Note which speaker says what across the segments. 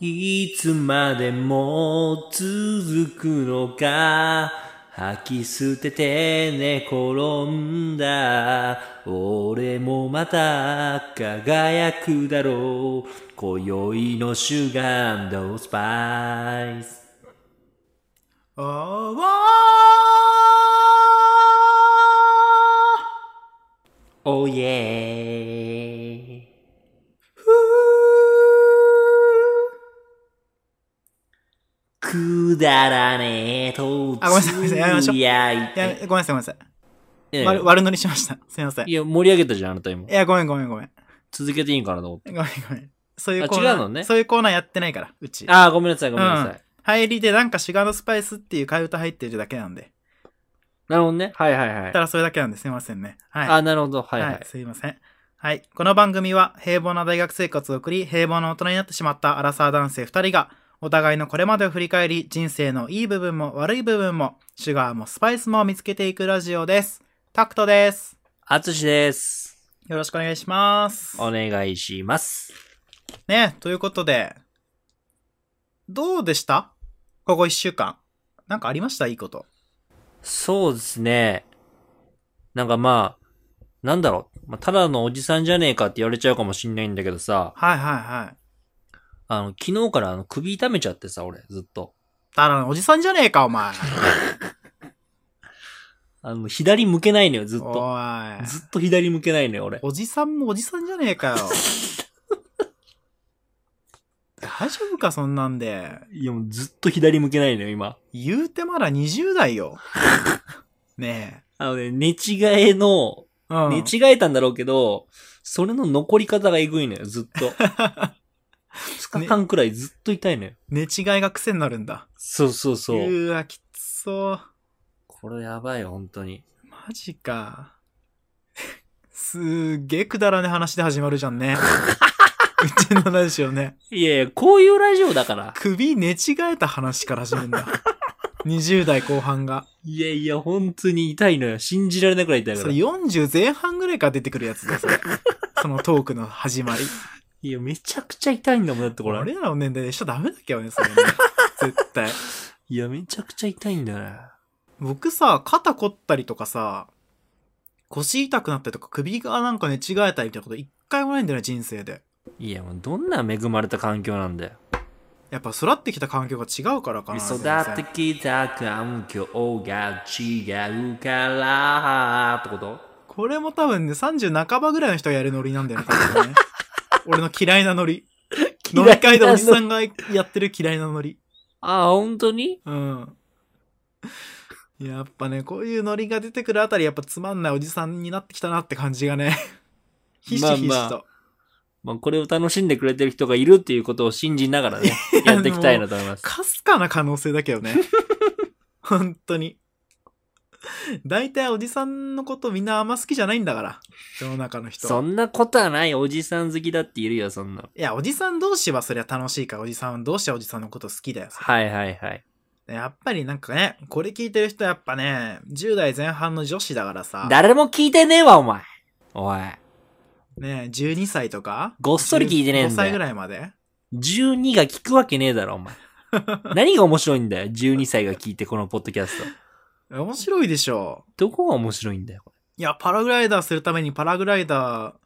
Speaker 1: いつまでも続くのか吐き捨てて寝転んだ俺もまた輝くだろう今宵のシュガードスパイスおいえくだらねえと
Speaker 2: あごめんなさいごめんなさいやめましょう
Speaker 1: やい
Speaker 2: いや、ごめんなさい、ごめんなさい。
Speaker 1: て
Speaker 2: 悪悪乗りしました。すいません。
Speaker 1: い
Speaker 2: い
Speaker 1: や盛り上げたじゃんあなた今
Speaker 2: や、ごめん、ごめん、ごめん。
Speaker 1: 続けていいんかなと思って
Speaker 2: ごめん、ごめん。そういうコーナ
Speaker 1: あ
Speaker 2: ー、
Speaker 1: 違うのね
Speaker 2: そういうコーナーやってないから、うち。
Speaker 1: ああごめんなさいごめんなさい、
Speaker 2: うん入りでなんかシガーのスパイスっていう替え歌入ってるだけなんで。
Speaker 1: なるほどねはいはいはい
Speaker 2: ただそれだけなんですいませんね。はい。
Speaker 1: あなるほどはいは、
Speaker 2: はいい、すいません。はい。この番組は平凡な大学生活を送り、平凡な大人になってしまったアラサー男性2人が、お互いのこれまでを振り返り、人生のいい部分も悪い部分も、シュガーもスパイスも見つけていくラジオです。タクトです。
Speaker 1: あつしです
Speaker 2: よろしくお願いします。
Speaker 1: お願いします
Speaker 2: ね、ということで、どうでしたここ1週間。なんかありましたいいこと。
Speaker 1: そうですねなんかまあなんだろう、まあ、ただのおじさんじゃねえかって言われちゃうかもしんないんだけどさ
Speaker 2: はいはいはい。
Speaker 1: あの昨日からあの首痛めちゃってさ俺ずっと
Speaker 2: ただのおじさんじゃねえか、お前。
Speaker 1: あの左向けないのよずっと
Speaker 2: おい。
Speaker 1: ずっと左向けないのよ俺
Speaker 2: おじさんもおじさんじゃねえかよ。大丈夫か、そんなんで。
Speaker 1: いやもうずっと左向けないのよ今
Speaker 2: 言うてまだ20 代よ。ね
Speaker 1: あのね寝違えの
Speaker 2: え。うん。
Speaker 1: 寝違えたんだろうけど、それの残り方がえぐいのよ、ずっ と。2日間くらいずっと痛いのよ。
Speaker 2: 寝違いが癖になるんだ。
Speaker 1: そうそう
Speaker 2: う
Speaker 1: そう。
Speaker 2: わ、きつそう。
Speaker 1: これやばいよ、本当に。
Speaker 2: マジか。すーげえくだらねえ話で始まるじゃ んね。うちのラジオね。
Speaker 1: いやいや、こういうラジオだから。
Speaker 2: 首寝違えた話から始めるんだ。20代後半が。
Speaker 1: いやいや、本当に痛いのよ。信じられなくらい痛いか
Speaker 2: そ
Speaker 1: ら。
Speaker 2: れ
Speaker 1: い
Speaker 2: 40前半ぐらいから出てくるやつだよ、 それ。そのトークの始まり。
Speaker 1: や、めちゃくちゃ痛いんだもん、だってこれ。
Speaker 2: 俺らの年代でしちゃダメだっけよね、それね。絶対。
Speaker 1: いや、めちゃくちゃ痛いんだよね。
Speaker 2: 僕さ、肩凝ったりとかさ、腰痛くなったりとか首がなんか寝違えたりみたいなこと一回もないんだよね、人生で。
Speaker 1: いや、もうどんな恵まれた環境なんだよ。
Speaker 2: やっぱ育ってきた環境が違うからかな。
Speaker 1: 育
Speaker 2: 全然
Speaker 1: ってきた環境が違うから、ってこと
Speaker 2: これも多分ね、30半ばぐらいの人がやるノリなんだよね、多分ね俺の嫌いなノリ。飲み会でおじさんがやってる嫌いなノリ。
Speaker 1: あ、本当に
Speaker 2: うん。やっぱね、こういうノリが出てくるあたり、やっぱつまんないおじさんになってきたなって感じがね、ひしひしと。
Speaker 1: まあままあ、これを楽しんでくれてる人がいるっていうことを信じながらね、やっていきたいなと思います。
Speaker 2: かすかな可能性だけどね。 本当に。大体おじさんのことみんなあんま好きじゃないんだから。世の中の人。
Speaker 1: そんなことはない。おじさん好きだっているよ、そんなの。
Speaker 2: いや、おじさん同士はそりゃ楽しいから、おじさん同士はおじさんのこと好きだよ。
Speaker 1: はいはいはい。
Speaker 2: やっぱりなんかね、これ聞いてる人やっぱね、10代前半の女子だからさ、
Speaker 1: 誰も聞いてねえわ、お前。おい。
Speaker 2: ね、12歳とか
Speaker 1: ごっそり聞いてねえんだよ
Speaker 2: 5歳ぐらいまで
Speaker 1: 12が聞くわけねえだろ、お 前。何が面白いんだよ、12歳が聞いて、このポッドキャスト。
Speaker 2: 面白いでしょ。
Speaker 1: どこが面白いんだよ、こ
Speaker 2: いや、パラグライダーするために、パラグライダー、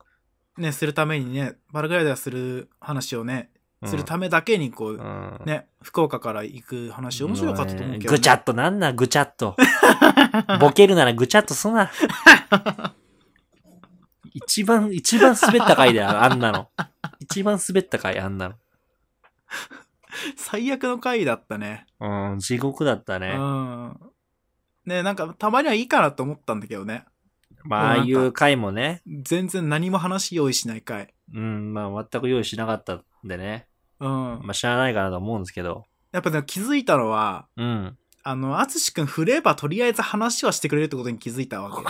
Speaker 2: ね、するためにね、パラグライダーする話をね、
Speaker 1: れ。
Speaker 2: するためだけにこう、
Speaker 1: め、うん。
Speaker 2: ね、福岡から行く話面白かったと思うけど、
Speaker 1: ぐちゃっとなんな、ぐちゃっ と。ボケるならぐちゃっとすな。一番、一番滑った回だよ、あんなの。一番滑った回、あんな
Speaker 2: 最悪の回だったね。
Speaker 1: の。うん、地獄だった
Speaker 2: う
Speaker 1: ね。
Speaker 2: ん。ね、なんかたまにはいいかなと思ったんだけどね。
Speaker 1: まあ、ああいう回もね。
Speaker 2: 全然何も話用意しない回。
Speaker 1: うん、まあ、全く用意しなかったんでね。
Speaker 2: うん。
Speaker 1: まあ、知らないかなと思うんですけど。
Speaker 2: やっぱね、気づいたのは、
Speaker 1: うん。
Speaker 2: あの、あつしくん振ればとりあえず話はしてくれるってことに気づいたわけ。い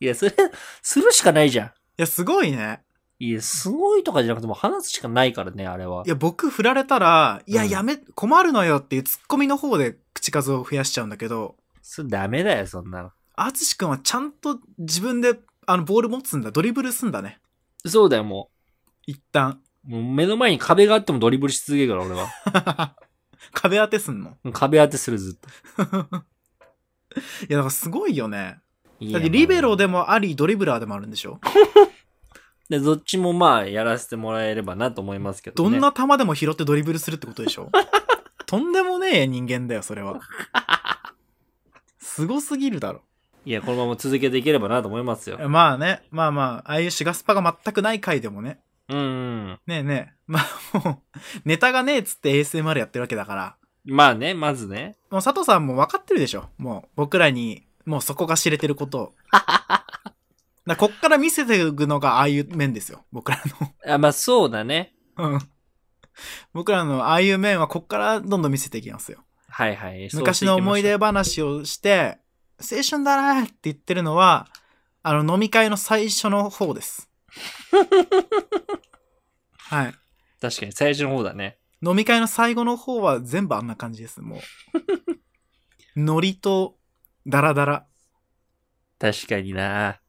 Speaker 1: いや、それ、するしかないじゃん。
Speaker 2: や、すごいね。
Speaker 1: いや、すごいとかじゃなくてもう話すしかないからね、あれは。
Speaker 2: いや、僕振られたら、いや、
Speaker 1: うん
Speaker 2: やめ、困るのよっていうツッコミの方で口数を増やしちゃうんだけど、
Speaker 1: それダメだよ、そんなの。
Speaker 2: あつしくんはちゃんと自分で、あの、ボール持つんだ、ドリブルすんだね。
Speaker 1: そうだよ、も
Speaker 2: 一旦。
Speaker 1: う。もう目の前に壁があってもドリブルし続けるから、俺は。
Speaker 2: 壁当てすんの
Speaker 1: 壁当てする、ずっと。
Speaker 2: いや、だからすごいよね。
Speaker 1: いや
Speaker 2: だってリベロでもあり、ドリブラーでもあるんでしょ
Speaker 1: で、どっちもまあ、やらせてもらえればなと思いますけど
Speaker 2: ど
Speaker 1: ね。
Speaker 2: んな球でも拾ってドリブルするってことでし ょとんでもねえ人間だよ、それは。すごすぎるだろ。
Speaker 1: いや、このまま続けていければなと思いますよ。
Speaker 2: まあね、まあまあ、ああいうシガスパが全くない回でもね、
Speaker 1: うんうん。
Speaker 2: ねえねえ、まあもう、ネタがねえっつって ASMR やってるわけだから、
Speaker 1: まあね、まずね。
Speaker 2: もう佐藤さんも分かってるでしょ。もう、僕らに、もうそこが知れてることを。だからこっから見せていくのがああいう面ですよ、僕ら
Speaker 1: あ、まあそうだね。
Speaker 2: の。うん。僕らのああいう面はこっからどんどん見せていきますよ。
Speaker 1: はいはい。そうし
Speaker 2: 昔
Speaker 1: ていきましょ
Speaker 2: の
Speaker 1: う
Speaker 2: 思い。出話をして、青春だなって言ってるのは、あの、飲み会の最初の方 です。はい。
Speaker 1: 確かに、最初の方だね。
Speaker 2: 飲み会の最後の方は全部あんな感じです、もう。ノリと、ダラダラ。
Speaker 1: 確かにな。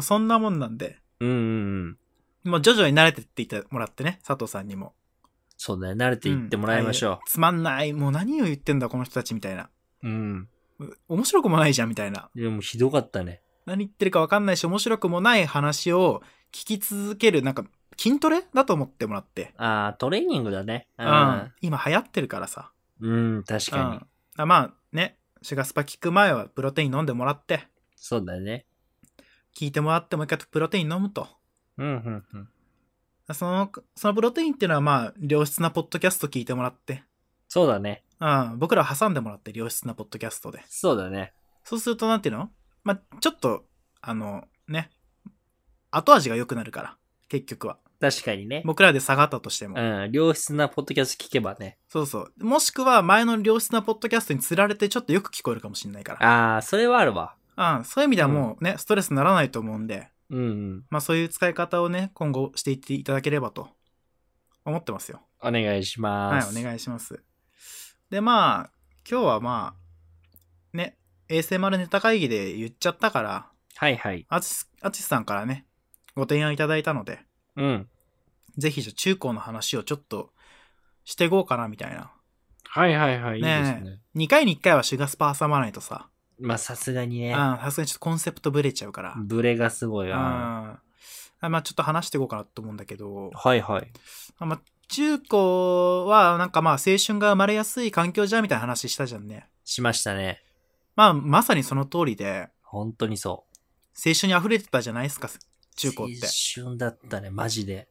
Speaker 2: そんなもんなんで、
Speaker 1: うんうんうん。
Speaker 2: もう徐々に慣れてっていってもらってね、佐藤さんにも。
Speaker 1: そうだね。慣れていってもらいましょ
Speaker 2: つまんない、もう何を言ってんだ、この人たちみたいな。
Speaker 1: う。うん。
Speaker 2: う面白くもないじゃん、みたいな。
Speaker 1: でも、ひどかったね。
Speaker 2: 何言ってるか分かんないし面白くもない話を聞き続けるなんか筋トレだと思ってもらって、
Speaker 1: ああ、トレーニングだね。う。
Speaker 2: うん今流行ってるからさ、
Speaker 1: うん、確
Speaker 2: う
Speaker 1: かに。
Speaker 2: ん、あまあねシガスパ聞く前はプロテイン飲んでもらって
Speaker 1: そうだね。
Speaker 2: 聞いてもらってもう一回プロテイン飲むと
Speaker 1: うん、うん、うん。
Speaker 2: そのそのプロテインっていうのはまあ良質なポッドキャスト聞いてもらって、
Speaker 1: そうだね。
Speaker 2: うん、僕ら挟んでもらって良質なポッドキャストで
Speaker 1: そうだね。
Speaker 2: そうするとなんていうのまあちょっとあのね後味が良くなるから結局は
Speaker 1: 確かにね。
Speaker 2: 僕らで下がったとしても
Speaker 1: うん、良質なポッドキャスト聞けばね。
Speaker 2: そうそう。もしくは前の良質なポッドキャストに釣られてちょっとよく聞こえるかもしれないか
Speaker 1: ああ、それはあるわ。
Speaker 2: ら。うん。そういう意味ではもうね、ストレスにならないと思うんで、
Speaker 1: うん、うん。
Speaker 2: まあそういう使い方をね、今後していっていただければと思ってますよ。
Speaker 1: お願いし
Speaker 2: は
Speaker 1: ま
Speaker 2: い、
Speaker 1: す。
Speaker 2: お願いします。で、まあ、今日はまあ、ね、ASMR ネタ会議で言っちゃったから、
Speaker 1: はいはい。
Speaker 2: あつあつしさんからね、ご提案いただいたので、
Speaker 1: うん。
Speaker 2: ぜひじゃあ中高の話をちょっとしていこうかなみたいな。
Speaker 1: はいはいはい。いい
Speaker 2: ねえ
Speaker 1: ですね。
Speaker 2: 2回に1回はシュガスパー挟まないとさ、
Speaker 1: まあ、さすがに
Speaker 2: う
Speaker 1: ね
Speaker 2: ん、。さすがにちょっとコンセプトブレちゃうから。
Speaker 1: ブレがすごいわ。
Speaker 2: ああまあちょっと話していこうかなと思うんだけど、
Speaker 1: はいはい。
Speaker 2: あまあ、中高はなんかまあ青春が生まれやすい環境じゃんみたいな話したじゃんね。
Speaker 1: しましたね。
Speaker 2: まあまさにその通りで、
Speaker 1: 本当にそう。
Speaker 2: 青春に溢れてたじゃないですか、中高って。
Speaker 1: 青春だったね、マジで。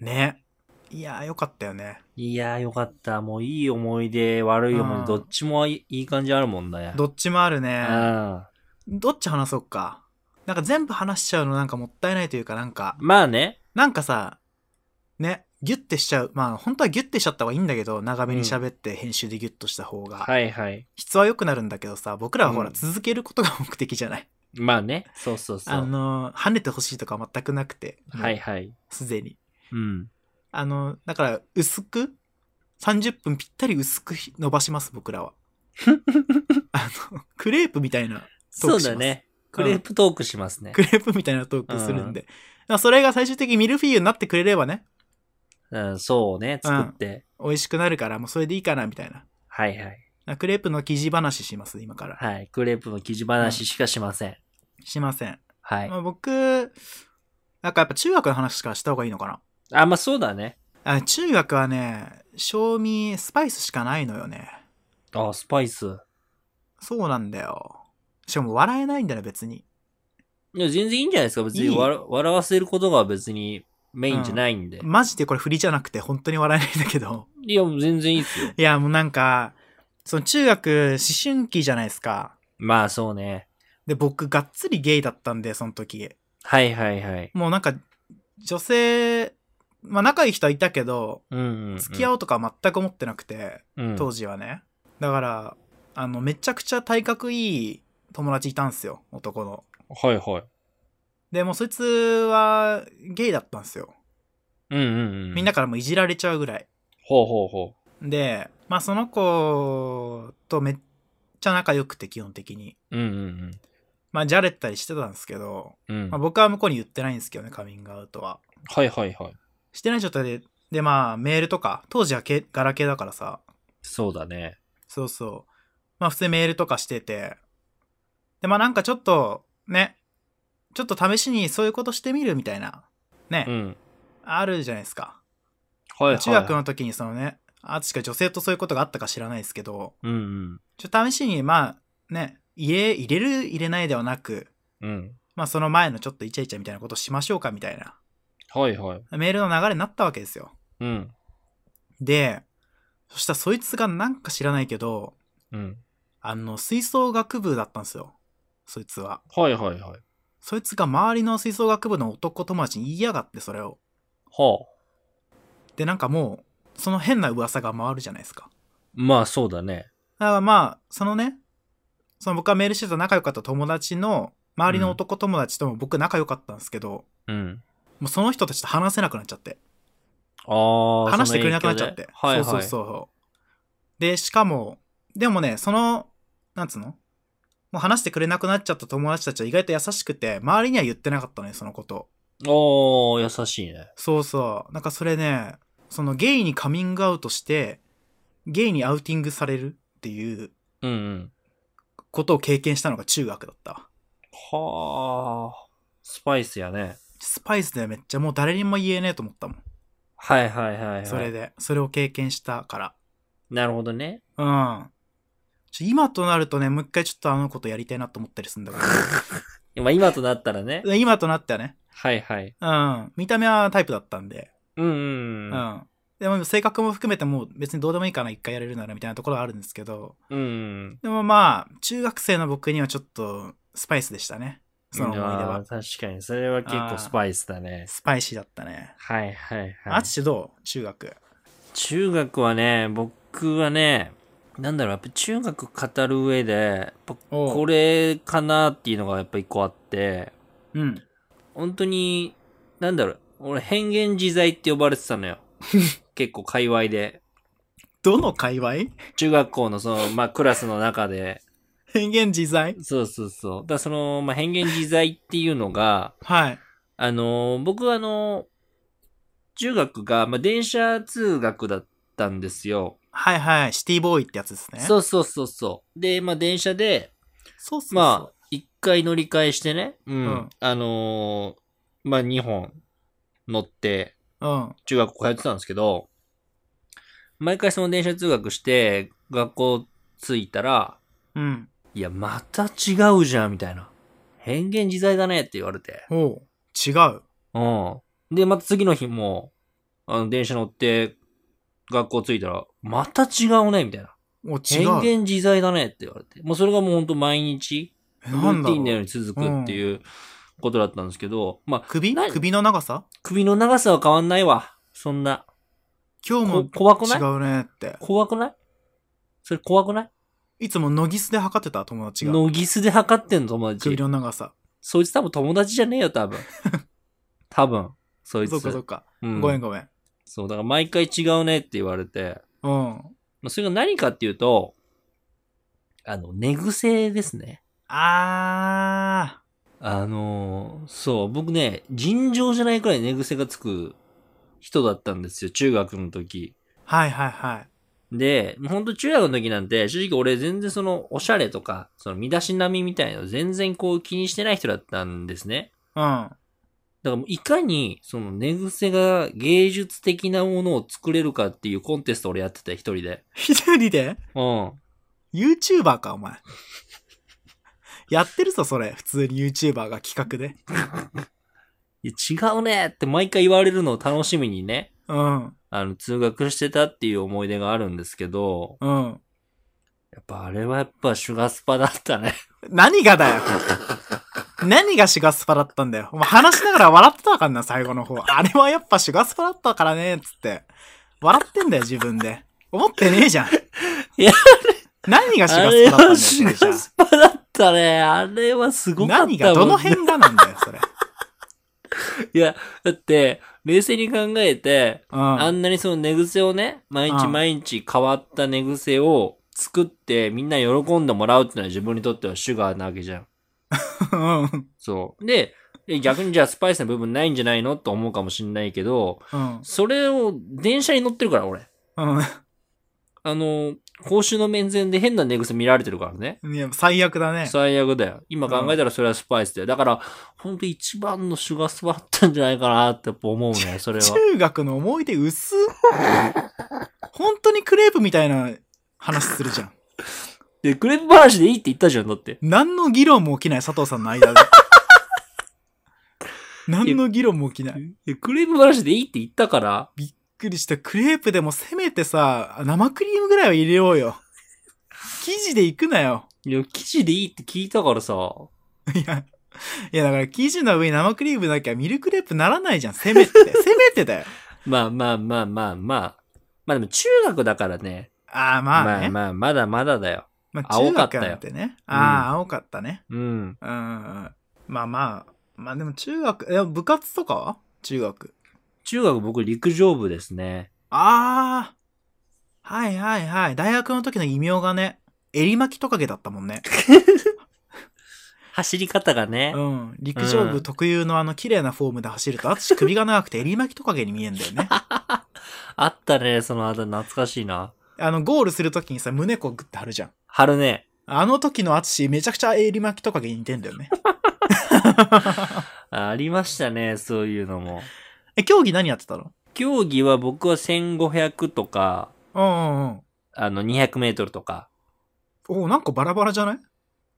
Speaker 2: ね。いやーよかったよね。
Speaker 1: いやーよかった。もういい思い出、悪い思い
Speaker 2: うん
Speaker 1: 出、どっちもいいいい感じあるもんだよ。
Speaker 2: どっちもあるね
Speaker 1: う。ん。
Speaker 2: どっち話そうか。なんか全部話しちゃうのなんかもったいないというかなんか、
Speaker 1: まあね。
Speaker 2: なんかさ、ね、ギュッてしちゃう。まあ本当はギュッてしちゃった方がいいんだけど、長めに喋って編集でギュッとした方が。
Speaker 1: はいはい。
Speaker 2: 質は良くなるんだけどさ僕らはほら
Speaker 1: うん
Speaker 2: 続けることが目的じゃない、
Speaker 1: まあね。そうそうそ
Speaker 2: あ
Speaker 1: う。
Speaker 2: の跳ねてほしいとか全くなくて
Speaker 1: はい
Speaker 2: も
Speaker 1: はい。
Speaker 2: うすでに
Speaker 1: うん。
Speaker 2: あのだから薄く30分ぴったり薄く伸ばします 僕らはあのクレープみたいなト
Speaker 1: そ
Speaker 2: ー
Speaker 1: う
Speaker 2: クします
Speaker 1: だね。クレープトークしますね。
Speaker 2: クレープみたいなトークするんで、まあそれが最終的にミルフィーユになってくれればね
Speaker 1: うん、そうね。作って。
Speaker 2: 美味しくなるからもうそれでいいかなみたいな
Speaker 1: はいはい。
Speaker 2: なクレープの生地話します今から、
Speaker 1: はい。クレープの生地話しかしません。
Speaker 2: しません、
Speaker 1: はい
Speaker 2: ま。あ、僕なんかやっぱ中学の話からした方がいいのかな
Speaker 1: あ、まあそうだね。
Speaker 2: あ中学はね、賞味スパイスしかないのよね。
Speaker 1: あ、スパイス。
Speaker 2: そうなんだよ。しかも笑えないんだよ、別に。
Speaker 1: いや、全然いいんじゃないですか。別
Speaker 2: い
Speaker 1: に
Speaker 2: い
Speaker 1: わら笑わせることが別にメインじゃないんで。
Speaker 2: マジでこれ振りじゃなくて、本当に笑えないんだ けど。
Speaker 1: いや、もう全然いいっすよ。
Speaker 2: いや、もうなんか、その中学、思春期じゃないですか。
Speaker 1: まあそうね。
Speaker 2: で、僕、がっつりゲイだったんで、その時。
Speaker 1: はいはいはい。
Speaker 2: もうなんか、女性、まあ仲いい人はいたけど、
Speaker 1: うんうん、うん。
Speaker 2: 付き合
Speaker 1: う、
Speaker 2: おうとか全く思ってなくて、
Speaker 1: うん、
Speaker 2: 当時はね。だから、あの、めちゃくちゃ体格いい友達いたんすよ、男の。
Speaker 1: はいはい。
Speaker 2: で、もうそいつはゲイだったんですよ。
Speaker 1: うんうんうん。
Speaker 2: みんな。からもういじられちゃうぐらい。
Speaker 1: ほうほうほ
Speaker 2: で、まあその子とめっちゃ仲良くて基本的に。
Speaker 1: う。うんうん
Speaker 2: まあじゃれたりしてたんですけど、
Speaker 1: うん。うん。
Speaker 2: まあ、僕は向こうに言ってないんですけどね、カミングアウトは。
Speaker 1: はいはいはい。
Speaker 2: してない状態で、で、まあ、メールとか、当時はけガラケーだからさ、
Speaker 1: そうだね。
Speaker 2: そうそう。まあ、普通にメールとかしてて、で、まあ、なんかちょっと、ね、ちょっと試しにそういうことしてみるみたいな、ね、
Speaker 1: うん。
Speaker 2: あるじゃないですか。
Speaker 1: はい、はい。
Speaker 2: 中学の時にそのね、あ確か女性とそういうことがあったか知らないですけど、
Speaker 1: うん
Speaker 2: ちょっと試しに、まあ、ね、入れ、入れる、入れないではなく、
Speaker 1: うん。うん。
Speaker 2: まあその前のちょっとイチャイチャみたいなことしましょうかみたいな、
Speaker 1: はいはい。
Speaker 2: メールの流れになったわけですよ。
Speaker 1: うん。
Speaker 2: で、そしたらそいつがなんか知らないけど、
Speaker 1: うん。
Speaker 2: あの、吹奏楽部だったんですよ。そいつは。
Speaker 1: はいはいはい。
Speaker 2: そいつが周りの吹奏楽部の男友達に言いやがって、それを。
Speaker 1: はあ。
Speaker 2: で、なんかもう、その変な噂が回るじゃないですか。
Speaker 1: まあそうだね。
Speaker 2: だからまあ、そのね、その僕がメールしてた仲良かった友達の、周りの男友達とも僕仲良かったんですけど、
Speaker 1: うん。
Speaker 2: もうその人たちと話せなくなっちゃって。
Speaker 1: ああ。
Speaker 2: 話してくれなく
Speaker 1: そ
Speaker 2: な
Speaker 1: の
Speaker 2: っちゃっ
Speaker 1: 影響で
Speaker 2: て。
Speaker 1: はいはい。
Speaker 2: そうそうそう。で、しかも、でもね、その、なんつうのもう話してくれなくなっちゃった友達たちは意外と優しくて、周りには言ってなかったのよ、そのこと。
Speaker 1: おー、優しいね。
Speaker 2: そうそう。なんかそれね、そのゲイにカミングアウトして、ゲイにアウティングされるっていう
Speaker 1: うんうん。
Speaker 2: ことを経験したのが中学だったわ。
Speaker 1: はあ。スパイスやね。
Speaker 2: スパイスでめっちゃもう誰にも言えねえと思ったもん。
Speaker 1: はいはいはい、はい。
Speaker 2: それ。で。それを経験したから。
Speaker 1: なるほどね。
Speaker 2: うん。ちょ今となるとね、もう一回ちょっとあのことやりたいなと思ったりするんだけ
Speaker 1: まあ今となったらね。
Speaker 2: ど。今となってはね。
Speaker 1: はいはい。
Speaker 2: うん。見た目はタイプだったんで。
Speaker 1: うん
Speaker 2: う。
Speaker 1: うんんうん。
Speaker 2: でも性格も含めてもう別にどうでもいいかな、一回やれるならみたいなところはあるんですけど。
Speaker 1: うんうん。
Speaker 2: でもまあ、中学生の僕にはちょっとスパイスでしたね。その思い出
Speaker 1: あ
Speaker 2: は
Speaker 1: ー。確かに、それは結構スパイスだね。
Speaker 2: スパイシーだったね。
Speaker 1: はいはいは
Speaker 2: あ
Speaker 1: い
Speaker 2: つ。しどう中学。
Speaker 1: 中学はね、僕はね、なんだろう、やっぱ中学語る上で、やっぱ
Speaker 2: おう
Speaker 1: これかなっていうのがやっぱ一個あって、
Speaker 2: うん。
Speaker 1: 本当に、なんだろう、俺変幻自在って呼ばれてたのよ。結構界隈で。
Speaker 2: どの界隈
Speaker 1: 中学校のその、まあ、クラスの中で。
Speaker 2: 変幻自在
Speaker 1: そうそうそう。だからその、まあ、変幻自在っていうのが、
Speaker 2: はい。
Speaker 1: あのー僕はあのー中学が、まあ、電車通学だったんですよ。
Speaker 2: はいはい。シティボーイってやつですね。
Speaker 1: そうそうそうそう。で、まあ、電車で、
Speaker 2: そうそうそう。
Speaker 1: まあ、一回乗り換えしてね、うん。
Speaker 2: うん
Speaker 1: あのーまあ、二本乗って、
Speaker 2: うん。
Speaker 1: 中学校通ってたんですけど、毎回その電車通学して、学校着いたら、
Speaker 2: うん。
Speaker 1: いや、また違うじゃん、みたいな。変幻自在だねって言われて。
Speaker 2: おう。違う。
Speaker 1: うん。で、また次の日も、あの、電車乗って、学校着いたら、また違うね、みたいな。
Speaker 2: お、違
Speaker 1: 変
Speaker 2: う。
Speaker 1: 幻自在だねって言われて。もうそれがもうほんと毎日、
Speaker 2: え
Speaker 1: ル
Speaker 2: なん
Speaker 1: ー
Speaker 2: だ
Speaker 1: ティ
Speaker 2: ろ
Speaker 1: ンのよう
Speaker 2: う
Speaker 1: に続くっていうことだったんですけど、まあ、
Speaker 2: 首
Speaker 1: 何
Speaker 2: 首の長さ
Speaker 1: 首の長さは変わんないわ。そんな。
Speaker 2: 今日も
Speaker 1: こ怖くない
Speaker 2: 違うねって。
Speaker 1: 怖くないそれ怖くない
Speaker 2: いつもノギスで測ってた友達が。
Speaker 1: ノギスで測ってんの、友
Speaker 2: 首
Speaker 1: 達。
Speaker 2: の長さ。
Speaker 1: そいつ多分友達じゃねえよ、 多分。多分。そいつ。
Speaker 2: そっかそっか。
Speaker 1: うん
Speaker 2: ごめんごめん。
Speaker 1: そう、だから毎回違うねって言われて。
Speaker 2: うん。
Speaker 1: まあ、それが何かっていうと、あの、寝癖ですね。
Speaker 2: あ
Speaker 1: あのーそう、僕ね、尋常じゃないくらい寝癖がつく人だったんですよ、中学の時。
Speaker 2: ー。はいはいはい。
Speaker 1: で、もうほんと中学の時なんて、正直俺全然その、おしゃれとか、その、身だしなみみたいなの全然こう気にしてない人だったんですね。
Speaker 2: うん。
Speaker 1: だからもういかに、その、寝癖が芸術的なものを作れるかっていうコンテスト俺やってて、一人で。
Speaker 2: 一人で
Speaker 1: うん。
Speaker 2: ?YouTuber か、お前。やってるぞ、それ。普通に YouTuber が企画で。
Speaker 1: いや違うねって毎回言われるのを楽しみにね、
Speaker 2: うん。
Speaker 1: あの、通学してたっていう思い出があるんですけど、
Speaker 2: うん。
Speaker 1: やっぱあれはやっぱシュガスパだったね。
Speaker 2: 何がだよ。何がシュガスパだったんだよ。お前話しながら笑ってたからな、最後の方。あれはやっぱシュガスパだったからね、つって。笑ってんだよ、自分で。思ってねえじゃん。
Speaker 1: いや
Speaker 2: 何がシュ
Speaker 1: あ
Speaker 2: ガス
Speaker 1: れ
Speaker 2: パだったんだ
Speaker 1: は
Speaker 2: よ、
Speaker 1: シ
Speaker 2: それ
Speaker 1: ュ
Speaker 2: じゃ
Speaker 1: ガスパだったね。あれはす
Speaker 2: あ
Speaker 1: ごかったもん
Speaker 2: 何が、どの辺がなんだよ、それ。
Speaker 1: いや、だって、冷静に考えて、
Speaker 2: うん。
Speaker 1: あ
Speaker 2: あ
Speaker 1: んなにその寝癖をね、毎日
Speaker 2: うん
Speaker 1: 毎日変わった寝癖を作ってみんな喜んでもらうってのは自分にとってはシュガーなわけじゃん。そう。で、え逆にじゃあスパイスの部分ないんじゃないのと思うかもしんないけど、
Speaker 2: うん。
Speaker 1: それを電車に乗ってるから、俺。あの、公衆の面前で変な寝癖見られてるからね。
Speaker 2: うん。いや、最悪だね。
Speaker 1: 最悪だよ。今考えたらそれはスパイスだよ。だから、ほんと一番のシュガースパだったんじゃないかなってやっぱ思うね、それは。
Speaker 2: 中学の思い出薄っ本当にクレープみたいな話するじゃん。
Speaker 1: で、クレープ話でいいって言ったじゃん、だって。
Speaker 2: 何の議論も起きない佐藤さんの 間で。何の議論も起きない。びっ
Speaker 1: でクレープ話でいいって言ったから、
Speaker 2: くりした。クレープでもせめてさ、生クリームぐらいは入れようよ。生地で行くなよ。
Speaker 1: いや、生地でいいって聞いたからさ、
Speaker 2: いや、いやだから生地の上に生クリームなきゃミルクレープならないじゃん。せめて。せめてだよ。
Speaker 1: まあまあまあまあまあ。まあでも中学だからね。
Speaker 2: ああ、まあ
Speaker 1: ま
Speaker 2: ね。まあ、
Speaker 1: あまあ、まだまだだよ。青
Speaker 2: 中
Speaker 1: かった
Speaker 2: 学
Speaker 1: よ
Speaker 2: なんてね。ああ、青かったね。
Speaker 1: うん。
Speaker 2: うんうんうん。まあまあ、まあでも中学、え、部活とかは中学。
Speaker 1: 中学僕陸上部ですね。
Speaker 2: ああ。はいはいはい。大学の時の異名がね、襟巻きトカゲだったもんね。
Speaker 1: 走り方がね
Speaker 2: う。ん。陸上部特有のあの綺麗なフォームで走 ると、私首が長くて襟巻きトカゲに見えんだよ ね。
Speaker 1: あったね、そのあだ名懐かしいな。
Speaker 2: あの、ゴールする時にさ、胸こうグッて張るじゃん。
Speaker 1: 春ね。
Speaker 2: あの時の私めちゃくちゃ襟巻きトカゲに似てんだよ ね。
Speaker 1: あありましたね、そういうのも。
Speaker 2: え、競技何やってたの
Speaker 1: 競技は僕は1500とか、
Speaker 2: うんうんうん。
Speaker 1: あの200メートルとか。
Speaker 2: おなんかバラバラじゃない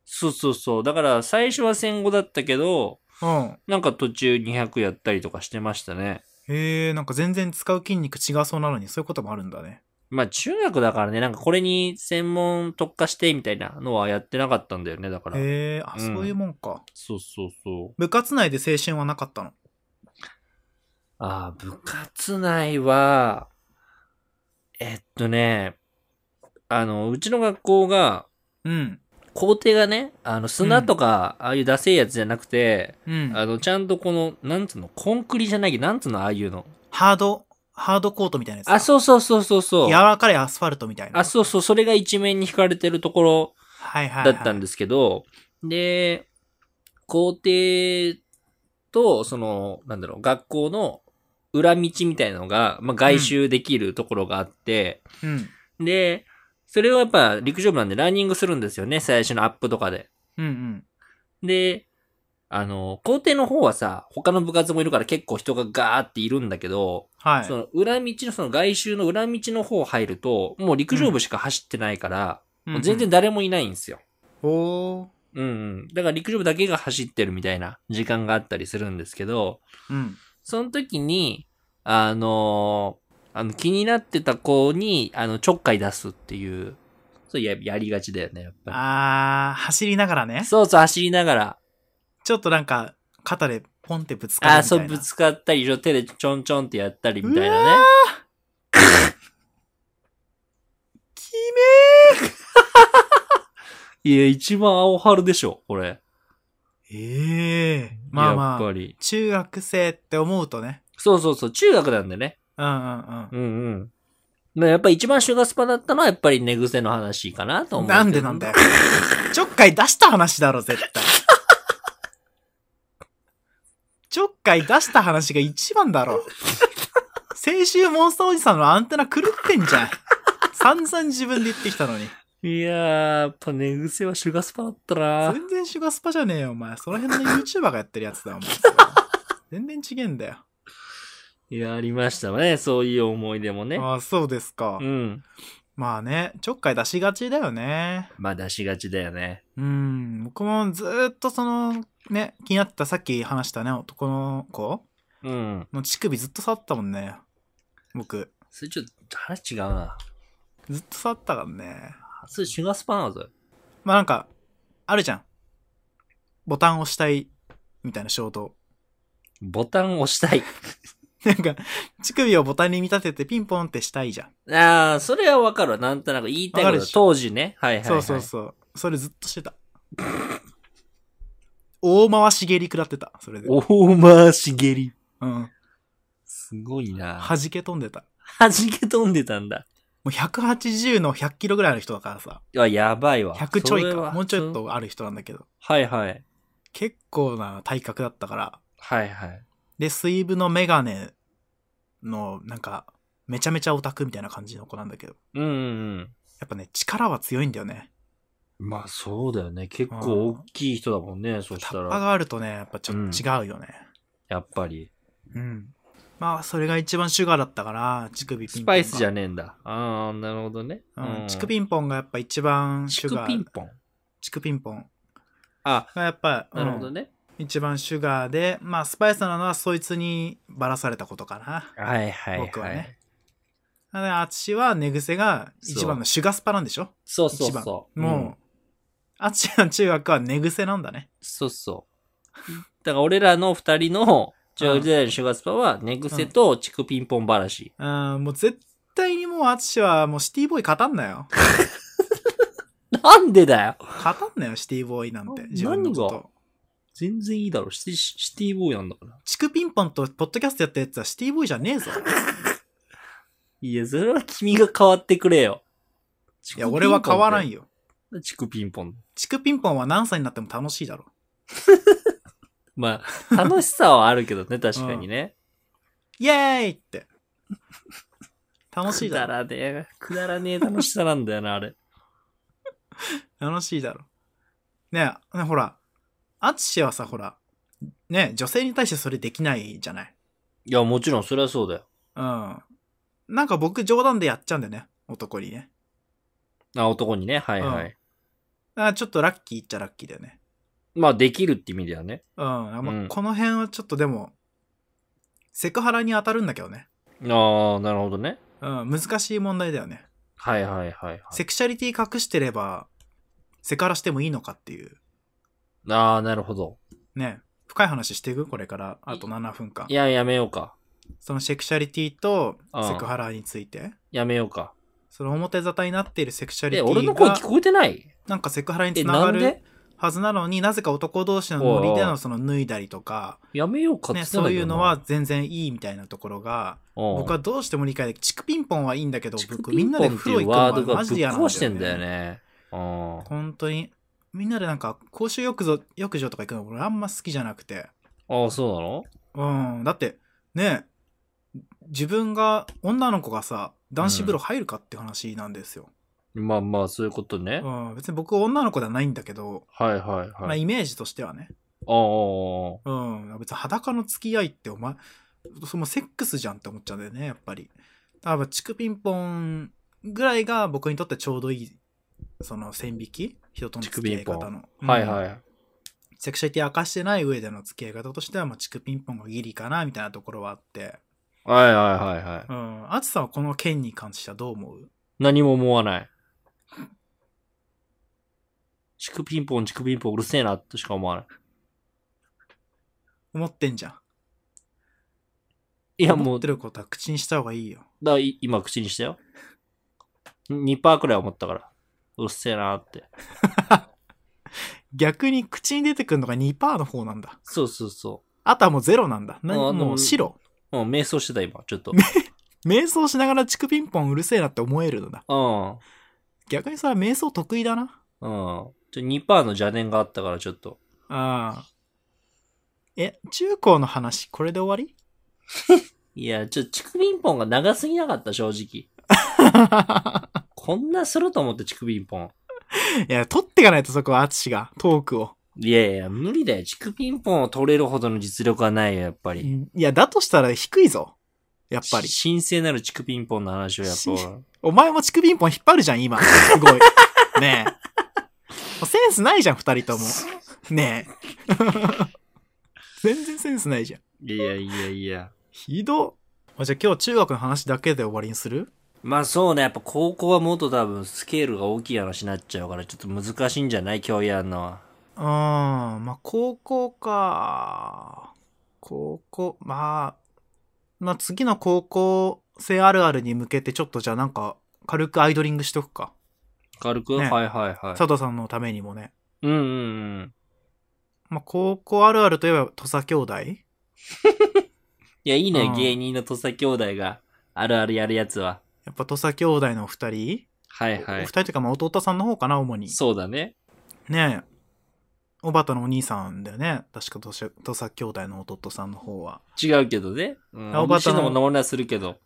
Speaker 1: そうそうそう。だから最初は1500だったけど、
Speaker 2: うん。
Speaker 1: なんか途中200やったりとかしてましたね。
Speaker 2: へえ、なんか全然使う筋肉違そうなのにそういうこともあるんだね。
Speaker 1: まあ中学だからね、なんかこれに専門特化してみたいなのはやってなかったんだよね、だから。
Speaker 2: へえ、あ、
Speaker 1: うん
Speaker 2: そういうもんか。
Speaker 1: そうそうそう。
Speaker 2: 部活内で青春はなかったの。
Speaker 1: ああ、部活内は、えっとね、あの、うちの学校が、
Speaker 2: うん。
Speaker 1: 校庭がね、あの、砂とか、ああいうダセいやつじゃなくて、
Speaker 2: うん。
Speaker 1: あの、ちゃんとこの、なんつうの、コンクリじゃないけど、なんつうの、ああいうの。
Speaker 2: ハード、ハードコートみたいなやつ。
Speaker 1: あ、そうそうそうそうそう
Speaker 2: 柔。らかいアスファルトみたいな。
Speaker 1: あ、そうそう、それが一面に引かれてるところ
Speaker 2: はいはい、は
Speaker 1: だ
Speaker 2: い。
Speaker 1: ったんですけど、で、校庭と、その、なんだろう、学校の裏道みたいなのが、まあ、外周できるところがあって、
Speaker 2: うん。
Speaker 1: で、それをやっぱ陸上部なんでランニングするんですよね、最初のアップとかで。
Speaker 2: うんうん。
Speaker 1: で、あの、校庭の方はさ、他の部活もいるから結構人がガーっているんだけど、
Speaker 2: はい。
Speaker 1: そうの裏道の、その外周の裏道の方入ると、もう陸上部しか走ってないから、
Speaker 2: ん
Speaker 1: も
Speaker 2: う
Speaker 1: うん全然。誰もいないんですよ。
Speaker 2: おー。
Speaker 1: うんうん。だから陸上部だけが走ってるみたいな時間があったりするんですけど、
Speaker 2: うん。
Speaker 1: その時に、あのーあの気になってた子に、あの、ちょっかい出すっていう、そうや、やりがちだよね、やっぱ
Speaker 2: あー、走りながらね
Speaker 1: り。。そうそう、走りながら、
Speaker 2: ちょっとなんか、肩でポンってぶつかる
Speaker 1: あ
Speaker 2: み
Speaker 1: ー、
Speaker 2: たい
Speaker 1: そ
Speaker 2: な。
Speaker 1: う、ぶつかったり、手でちょんちょんってやったりみたいなね。
Speaker 2: き め
Speaker 1: いや、一番青春でしょ、これ。
Speaker 2: ええまあま
Speaker 1: やっぱ
Speaker 2: あ、
Speaker 1: り。
Speaker 2: 中学生って思うとね。
Speaker 1: そうそうそう、中学なんでね。
Speaker 2: うんうん
Speaker 1: うんうん。まあやっぱり一番シュガスパだったのは、やっぱり寝癖の話かなと
Speaker 2: う
Speaker 1: 思
Speaker 2: ん。
Speaker 1: う。
Speaker 2: なんでなんだよ。 ちょっかい出した話だろ、絶対。 ちょっかい出した話が一番だろ。先週モンスターおじさんのアンテナ狂ってんじゃん。散々自分で言ってきたのに。
Speaker 1: いやー、やっぱ寝癖はシュガスパだったな。
Speaker 2: 全然シュガスパじゃねえよ、お前。その辺の YouTuber がやってるやつだ、お前。全然違えんだよ。
Speaker 1: いや、ありましたね。そういう思い出もね。
Speaker 2: ああ、そうですか
Speaker 1: う。ん。
Speaker 2: まあね、ちょっかい出しがちだよね。
Speaker 1: まあ出しがちだよね。
Speaker 2: うん、僕もずーっとその、ね、気になってたさっき話したね、男の子
Speaker 1: うん。
Speaker 2: の乳首ずっと触ってたもんね。僕。
Speaker 1: それちょっと話違うな。
Speaker 2: ずっと触ってたからね。
Speaker 1: それシュガスパなのそれ。
Speaker 2: まあなんか、あるじゃん。ボタン押したい、みたいな衝動。
Speaker 1: ボタンを押したい。
Speaker 2: なんか、乳首をボタンに見立ててピンポンってしたいじゃん。
Speaker 1: あー、それはわかるわ。なんとなく言いたいこ
Speaker 2: わ
Speaker 1: と
Speaker 2: かる
Speaker 1: だ
Speaker 2: でしょ
Speaker 1: 当時ね。はいはい、はい。
Speaker 2: そうそうそう。それずっとしてた。大回し蹴り食らってた。それで。
Speaker 1: 大回し蹴り。
Speaker 2: うん。
Speaker 1: すごいな。は
Speaker 2: 弾け飛んでた。
Speaker 1: じけ飛んでたんだ。
Speaker 2: もう180の100キロぐらいの人だからさ。
Speaker 1: いや、やばいわ。
Speaker 2: 100ちょい
Speaker 1: それ
Speaker 2: か。
Speaker 1: は
Speaker 2: もうちょっ。とある人なんだけど。
Speaker 1: はいはい。
Speaker 2: 結構な体格だったから。
Speaker 1: はいはい。
Speaker 2: で、スイーブのメガネの、なんか、めちゃめちゃオタクみたいな感じの子なんだけど。
Speaker 1: うんうん
Speaker 2: やっぱね、力は強いんだよね。
Speaker 3: まあそうだよね。結構大きい人だもんね、そし
Speaker 2: タ
Speaker 3: た
Speaker 2: ッパ
Speaker 3: ら。
Speaker 2: があるとね、やっぱちょっと違うよね。
Speaker 3: やっぱり。
Speaker 2: うん。まあ、それが一番シュガーだったから、乳首
Speaker 1: うん。
Speaker 2: ピンポン。
Speaker 1: スパイスじゃ
Speaker 2: ね。
Speaker 1: ねえんだ。ああ、なるほどね。
Speaker 2: うん。乳
Speaker 1: ン
Speaker 2: 首ピンポンがやっぱ一番シュガー。
Speaker 1: ピンポン。
Speaker 2: 乳首ピンポン。
Speaker 1: あ、
Speaker 2: がやっぱ、
Speaker 1: なるほど
Speaker 2: うん
Speaker 1: ね。
Speaker 2: 一番シュガーで、まあ、スパイスなのはそいつにばらされたことかな。
Speaker 1: はいはいはい。
Speaker 2: 僕はねなので、アツシは寝癖が一番のシュガースパなんでしょ
Speaker 1: そうそう
Speaker 2: 一番
Speaker 1: そう。
Speaker 2: もう、
Speaker 1: ん
Speaker 2: アツシの中学は寝癖なんだね。
Speaker 1: そうそう。だから俺らの二人の中学時代のシュガースパは、寝癖とチクピンポン話。
Speaker 2: うん、もう絶対にもうアツシはもうシティボーイ勝たんな よ。
Speaker 1: なんでだよ
Speaker 2: 勝たんなよ、シティボーイなんて。
Speaker 1: な
Speaker 2: 自分のこ
Speaker 1: 何
Speaker 2: と。
Speaker 1: 全然いいだろ。シシシティボーイなんだから。
Speaker 2: チクピンポンとポッドキャストやったやつはシティボーイじゃねえ ぞ。
Speaker 1: いや、それは君が変わってくれよ。
Speaker 2: いや、俺は変わらん
Speaker 1: よ。
Speaker 2: よ。
Speaker 1: チクピンポン。
Speaker 2: チクピンポンは何歳になっても楽しいだろ。
Speaker 1: ま あ、楽しさはあるけどね、確かにね。
Speaker 2: イエーイ って。楽し
Speaker 1: く
Speaker 2: い
Speaker 1: だ
Speaker 2: だろ。
Speaker 1: らねえ、くだらねえ楽しさなんだよな、あれ。
Speaker 2: 楽しいだろ。ねえ、ねほら、アツシはさ、ほら、ねえ女性に対してそれできないじゃない。
Speaker 1: いや、もちろん、それはそうだよ。
Speaker 2: うん。なんか僕冗談でやっちゃうんだよね、男にね。
Speaker 1: あ、男にね、はいはい。
Speaker 2: だからちょっとラッキーっちゃラッキーだよね。
Speaker 1: まあ、できるって意味だよね。
Speaker 2: うん。あまあ
Speaker 1: うん
Speaker 2: この辺はちょっとでも、セクハラに当たるんだけどね。
Speaker 1: ああ、なるほどね。
Speaker 2: うん、難しい問題だよね。
Speaker 1: はいはいはい、はい。
Speaker 2: セクシャリティ隠してれば、セクハラしてもいいのかっていう。
Speaker 1: ああ、なるほど。
Speaker 2: ね。深い話していくこれから、あと7分間
Speaker 1: い。や、やめようか。
Speaker 2: そのセクシャリティと
Speaker 1: うん
Speaker 2: セクハラについて。
Speaker 1: やめようか。
Speaker 2: その表沙汰になっているセクシャリ
Speaker 1: え、
Speaker 2: テ
Speaker 1: 俺の
Speaker 2: ィ
Speaker 1: 声
Speaker 2: が
Speaker 1: 聞、こえてない
Speaker 2: なんかセクハラに
Speaker 1: え、
Speaker 2: つな
Speaker 1: な
Speaker 2: が
Speaker 1: ん
Speaker 2: る
Speaker 1: で
Speaker 2: はずなのになぜか男同士のノリでのその脱いだりとか、
Speaker 1: やめようかって
Speaker 2: ね、
Speaker 1: 言ってたん
Speaker 2: そ
Speaker 1: だ
Speaker 2: う
Speaker 1: け
Speaker 2: い
Speaker 1: ど
Speaker 2: う
Speaker 1: な
Speaker 2: のは、全然いいみたいなところが、僕
Speaker 1: 僕
Speaker 2: はどうしても理解でき、チクピンポンはいいんだけど、
Speaker 1: チク
Speaker 2: 僕
Speaker 1: ピ
Speaker 2: みん
Speaker 1: ン
Speaker 2: な
Speaker 1: ポ
Speaker 2: で
Speaker 1: ンって
Speaker 2: 風
Speaker 1: い
Speaker 2: 呂
Speaker 1: う
Speaker 2: 行く
Speaker 1: ワー
Speaker 2: の
Speaker 1: ド
Speaker 2: が
Speaker 1: が
Speaker 2: マ
Speaker 1: ぶ
Speaker 2: ジ
Speaker 1: っ
Speaker 2: で嫌なんだよ、
Speaker 1: 壊
Speaker 2: ね。
Speaker 1: してんだよね。うん。
Speaker 2: 本当に。みんなでなんか、公衆浴場浴場とか行くの俺あんま好きじゃなくて。
Speaker 1: ああ、そうなの
Speaker 2: うん。だって、ね自分が、女の子がさ、男子風呂入るかって話なんですよ。
Speaker 1: まあまあ、そういうことね。
Speaker 2: うん。別に僕女の子ではないんだけど、
Speaker 1: はいはい
Speaker 2: まあ
Speaker 1: はい。
Speaker 2: イメージとしてはね。
Speaker 1: ああ、
Speaker 2: うん。別に裸の付き合いってお前、そのセックスじゃんって思っちゃうんだよね、やっぱり。多分、チクピンポンぐらいが僕にとってちょうどいい、その線引き人との付き合い
Speaker 1: チク
Speaker 2: 方
Speaker 1: ピ
Speaker 2: の。
Speaker 1: はい
Speaker 2: い。
Speaker 1: はい。
Speaker 2: セクシャリティ明かしてない上での付き合い方としては、まあ、チクピンポンがギリかな、みたいなところはあって。
Speaker 1: はいはいはいはい。
Speaker 2: うん。あつさんはこの件に関してはどう思う
Speaker 1: 何も思わない。チクピンポン、チクピンポン、うるせえなとしか思わない。
Speaker 2: 思ってんじゃん。
Speaker 1: いや
Speaker 2: 思
Speaker 1: も
Speaker 2: っ
Speaker 1: う、
Speaker 2: て
Speaker 1: だ
Speaker 2: ることは口にした方がいいよ。
Speaker 1: からい今口にしたよ。2%くらい思ったから。うるせえなって。
Speaker 2: 逆に口に出てくるのが2%の方なんだ。
Speaker 1: そうそうそ
Speaker 2: あとはもうゼロなんだ。何
Speaker 1: あーでも
Speaker 2: もう白。
Speaker 1: う。うん、瞑想してた今、ちょっと。
Speaker 2: 瞑想しながらチクピンポンうるせえなって思えるのだ。
Speaker 1: うん。
Speaker 2: 逆にそれは瞑想得意だな。
Speaker 1: うん。ちょ2%の邪念があったから、ちょっと。
Speaker 2: ああ。え、中高の話、これで終わり
Speaker 1: いや、ちょ、チクピンポンが長すぎなかった、正直。こんなすると思って、チクピンポン。
Speaker 2: いや、取っていかないとそこは、アツシが、トークを。
Speaker 1: いやいや、無理だよ。チクピンポンを取れるほどの実力はないよ、やっぱり。やっ
Speaker 2: いや、だとしたら低いぞ。やっぱり。
Speaker 1: 神聖なるチクピンポンの話をやっ
Speaker 2: し
Speaker 1: ぱ。
Speaker 2: お前もチクピンポン引っ張るじゃん、今。すごい。ねえ。も うセンスないじゃん、二人とも。ねえ。 全然センスないじゃん。
Speaker 1: いやいやいや。
Speaker 2: ひどっ。じゃあ今日中学の話だけで終わりにする
Speaker 1: まあそうね、やっぱ高校はもっと多分スケールが大きい話になっちゃうから、ちょっと難しいんじゃない今日やるのは。
Speaker 2: うーん、まあ、高校か。高校、まあ、まあ、次の高校生あるあるに向けて、ちょっとじゃあなんか、軽くアイドリングしとくか。
Speaker 1: 軽く、
Speaker 2: ね
Speaker 1: はいはいはい。
Speaker 2: 佐藤さんのためにもね。
Speaker 1: うんうんうん。
Speaker 2: まあ、高校あるあるといえば、土佐兄弟
Speaker 1: いや、いいね、
Speaker 2: うん
Speaker 1: 芸人の土佐兄弟があるあるやるやつは。
Speaker 2: やっぱ土佐兄弟のお二人、
Speaker 1: はいは
Speaker 2: お
Speaker 1: い
Speaker 2: 二。人というか、まあ、弟さんの方かな、主に。
Speaker 1: そうだね。
Speaker 2: ねえ。おばたのお兄さんだよね。確か土佐、土佐兄弟の弟さんの方は。
Speaker 1: 違うけどね。うん。
Speaker 2: あおばたの
Speaker 1: のも名前はするけど。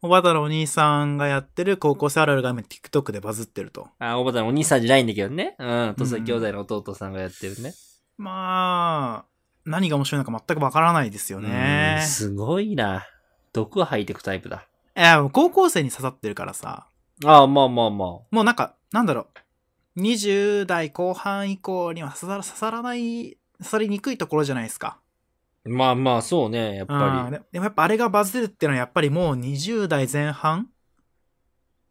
Speaker 2: おばたのお兄さんがやってる高校生あるあるが今 TikTok でバズってると。
Speaker 1: あ、おばたのお兄さんじゃないんだけどね。うん。土佐兄弟の弟さんがやってるね。
Speaker 2: まあ、何が面白いのか全くわからないですよね
Speaker 1: うん。すごいな。毒吐いてくタイプだ。
Speaker 2: いや、もう高校生に刺さってるからさ。
Speaker 1: ああ、まあまあまあ。
Speaker 2: もうなんか、なんだろう。20代後半以降には刺さら刺さらない、刺さりにくいところじゃないですか。
Speaker 1: まあまあ、そうね、やっ
Speaker 2: うん
Speaker 1: ぱり。
Speaker 2: ででもやっぱあれがバズるっていうのはやっぱりもう20代前半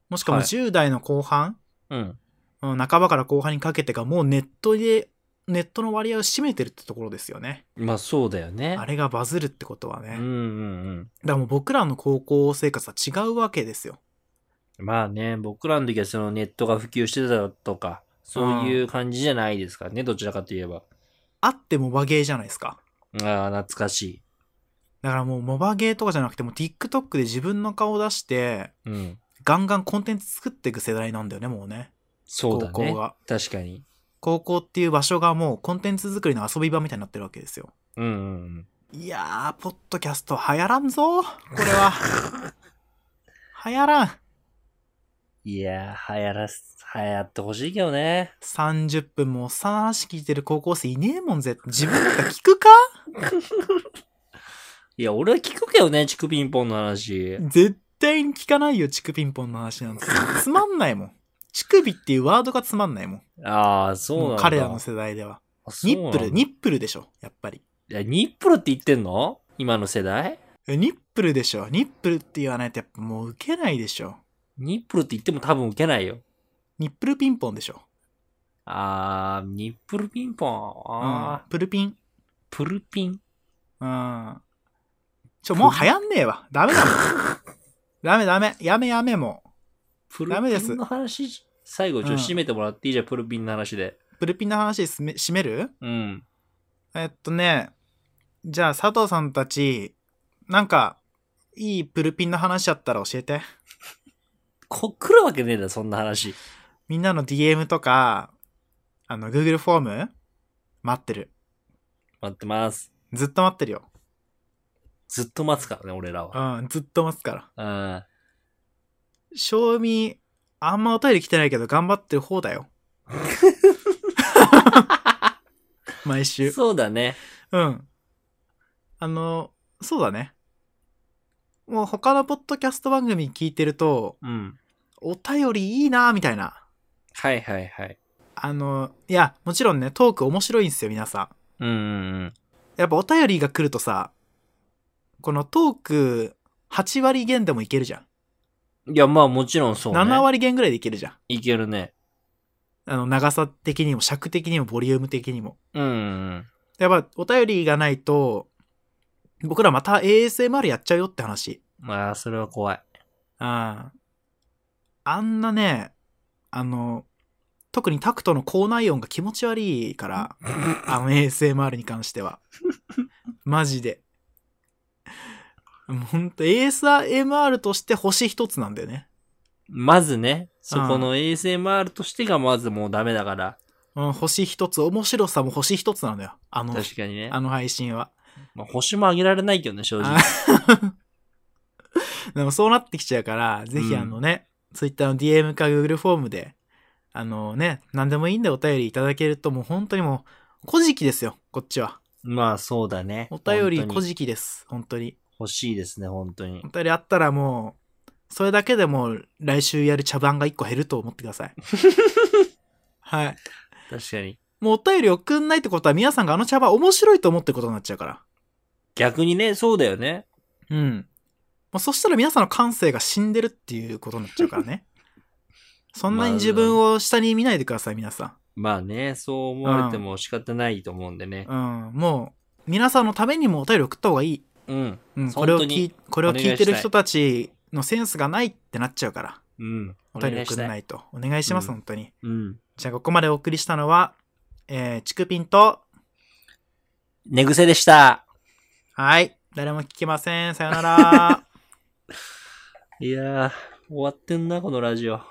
Speaker 2: もしくはもう
Speaker 1: はい
Speaker 2: 10代の後半、
Speaker 1: うん。
Speaker 2: うん半ばから後半にかけてがもうネットで、ネットの割合を占めてるってところですよね。
Speaker 1: まあそうだよね
Speaker 2: あ。れがバズるってことはね。
Speaker 1: うん
Speaker 2: だか
Speaker 1: うんうん。
Speaker 2: らもう僕らの高校生活は違うわけですよ。
Speaker 1: まあね、僕らの時はそのネットが普及してたとか、そういう感じじゃないですからね、どちらかといえば。
Speaker 2: あってもバゲーじゃないですか。
Speaker 1: ああ、懐かし
Speaker 2: だからもうモバゲーとかじゃなくてもう TikTok で自分の顔を出して、
Speaker 1: い。うん。
Speaker 2: ガンガンコンテンツ作っていく世代なんだよね、もうね。
Speaker 1: そうだ
Speaker 2: 高校
Speaker 1: ね。
Speaker 2: が。
Speaker 1: 確かに。
Speaker 2: 高校っていう場所がもうコンテンツ作りの遊び場みたいになってるわけですよ。
Speaker 1: うんうんうん。
Speaker 2: いやー、ポッドキャスト流行らんぞ。これ は。流行らん。
Speaker 1: いやー、流行らす、流行ってほしいけどね。
Speaker 2: 30分もおっさんの話聞いてる高校生いねえもんぜ。自分なんか聞くか
Speaker 1: いや、俺は聞くけどね、チクピンポンの話。
Speaker 2: 絶対に聞かないよ、チクピンポンの話なんて。つまんないもん。乳首っていうワードがつまんないもん。
Speaker 1: ああ、そうなん
Speaker 2: もう
Speaker 1: だ。
Speaker 2: 彼らの世代では。
Speaker 1: あそう
Speaker 2: ニ
Speaker 1: なん
Speaker 2: ッ
Speaker 1: だ
Speaker 2: プル、ニップルでしょ、やっぱり。
Speaker 1: いや、ニップルって言ってんの今の世代
Speaker 2: えニップルでしょ。ニップルって言わないとやっぱもうウケないでしょ。
Speaker 1: ニップルって言っても多分受けないよ。
Speaker 2: ニップルピンポンでしょ。
Speaker 1: あー、ニップルピンポン。あー、
Speaker 2: うんプルピン。
Speaker 1: プルピン。
Speaker 2: うん。ちょ、もう流行んねえわ。ダメだもん。 ダメダメ。やめやめも
Speaker 1: プル
Speaker 2: ダメで
Speaker 1: ピ
Speaker 2: す
Speaker 1: ンの話、最後ちょっと締めてもらっていいじゃん、プルピンの話で。
Speaker 2: う。プルピンの話すめ締める
Speaker 1: うん。
Speaker 2: えっとね、じゃあ佐藤さんたち、なんか、いいプルピンの話あったら教えて。
Speaker 1: こ、来るわけねえだろ、そんな話。
Speaker 2: みんなの DM とか、あの、Google フォーム待ってる。
Speaker 1: 待ってます。
Speaker 2: ずっと待ってるよ。
Speaker 1: ずっと待つからね、俺らは。
Speaker 2: うん、ずっと待つから。
Speaker 1: うん。
Speaker 2: 賞味、あんまお便り来てないけど頑張ってる方 だよ。毎週。
Speaker 1: そうだね。
Speaker 2: うん。あの、そうだね。もう他のポッドキャスト番組聞いてると、
Speaker 1: うん。
Speaker 2: お便りいいなみたいな。
Speaker 1: はいはいはい。
Speaker 2: あの、いや、もちろんね、トーク面白いんですよ、皆さ
Speaker 1: うんうんうん。
Speaker 2: ん。やっぱお便りが来るとさ、このトーク8割減でもいけるじゃん。
Speaker 1: いや、まあもちろんそうね。
Speaker 2: 7割減ぐらいでいけるじゃん。
Speaker 1: いけるね。
Speaker 2: あの、長さ的にも、尺的にも、ボリューム的にも。
Speaker 1: うんうん
Speaker 2: やっぱお便りがないと、僕らまた ASMR やっちゃうよって話。
Speaker 1: うん。まあ、それは怖い。
Speaker 2: ああんなね、あの、特にタクトの口内音が気持ち悪 いから、あの ASMR に関しては。マジで。もうほんと ASMR として星一つなんだよね。
Speaker 1: まずね、そこの ASMR としてがまずもうダメだから。
Speaker 2: うん、星一つ、面白さも星一つなんだよ。あの、
Speaker 1: 確かにね。
Speaker 2: あの配信は。
Speaker 1: まあ、星もあげられないけどね、正直。
Speaker 2: でもそうなってきちゃうから、ぜひ
Speaker 1: うん
Speaker 2: あのね、ツイッターの DM か Google フォームで、あのね、何でもいいんでお便りいただけるともう本当にもう、古事記ですよ、こっちは。
Speaker 1: まあ、そうだね。
Speaker 2: お便り
Speaker 1: 本当
Speaker 2: 古
Speaker 1: に
Speaker 2: 事記です、本当に。
Speaker 1: 欲しいですね、本当に
Speaker 2: お。便りあったらもう、それだけでもう来週やる茶番が1個減ると思ってくだ さい。はい。
Speaker 1: 確かに。
Speaker 2: もうお便り送んないってことは皆さんがあの茶番面白いと思ってることになっちゃうから。
Speaker 1: 逆にね、そうだよね。
Speaker 2: うん。もうそしたら皆さんの感性が死んでるっていうことになっちゃうか らね。そんなに自分を下に見ないでください、皆さ
Speaker 1: まあね、そう思われても仕方ないと思うんでね。
Speaker 2: ん。うん。もう、皆さんのためにもお便り送った方がいい。
Speaker 1: うん。
Speaker 2: うん。こ
Speaker 1: 本
Speaker 2: れを
Speaker 1: 当に
Speaker 2: 聞い、これを聞いてる人たちのセンスがないってなっちゃうから、
Speaker 1: うん。。
Speaker 2: お便り送んないいと。お願いします、
Speaker 1: うん
Speaker 2: 本当に。
Speaker 1: うん。
Speaker 2: じゃあ、ここまでお送りしたのは、えー、チクピンと、
Speaker 1: 寝癖でした。
Speaker 2: はい。誰も聞きません。さよなら。
Speaker 1: いやー、終わってんな、このラジオ。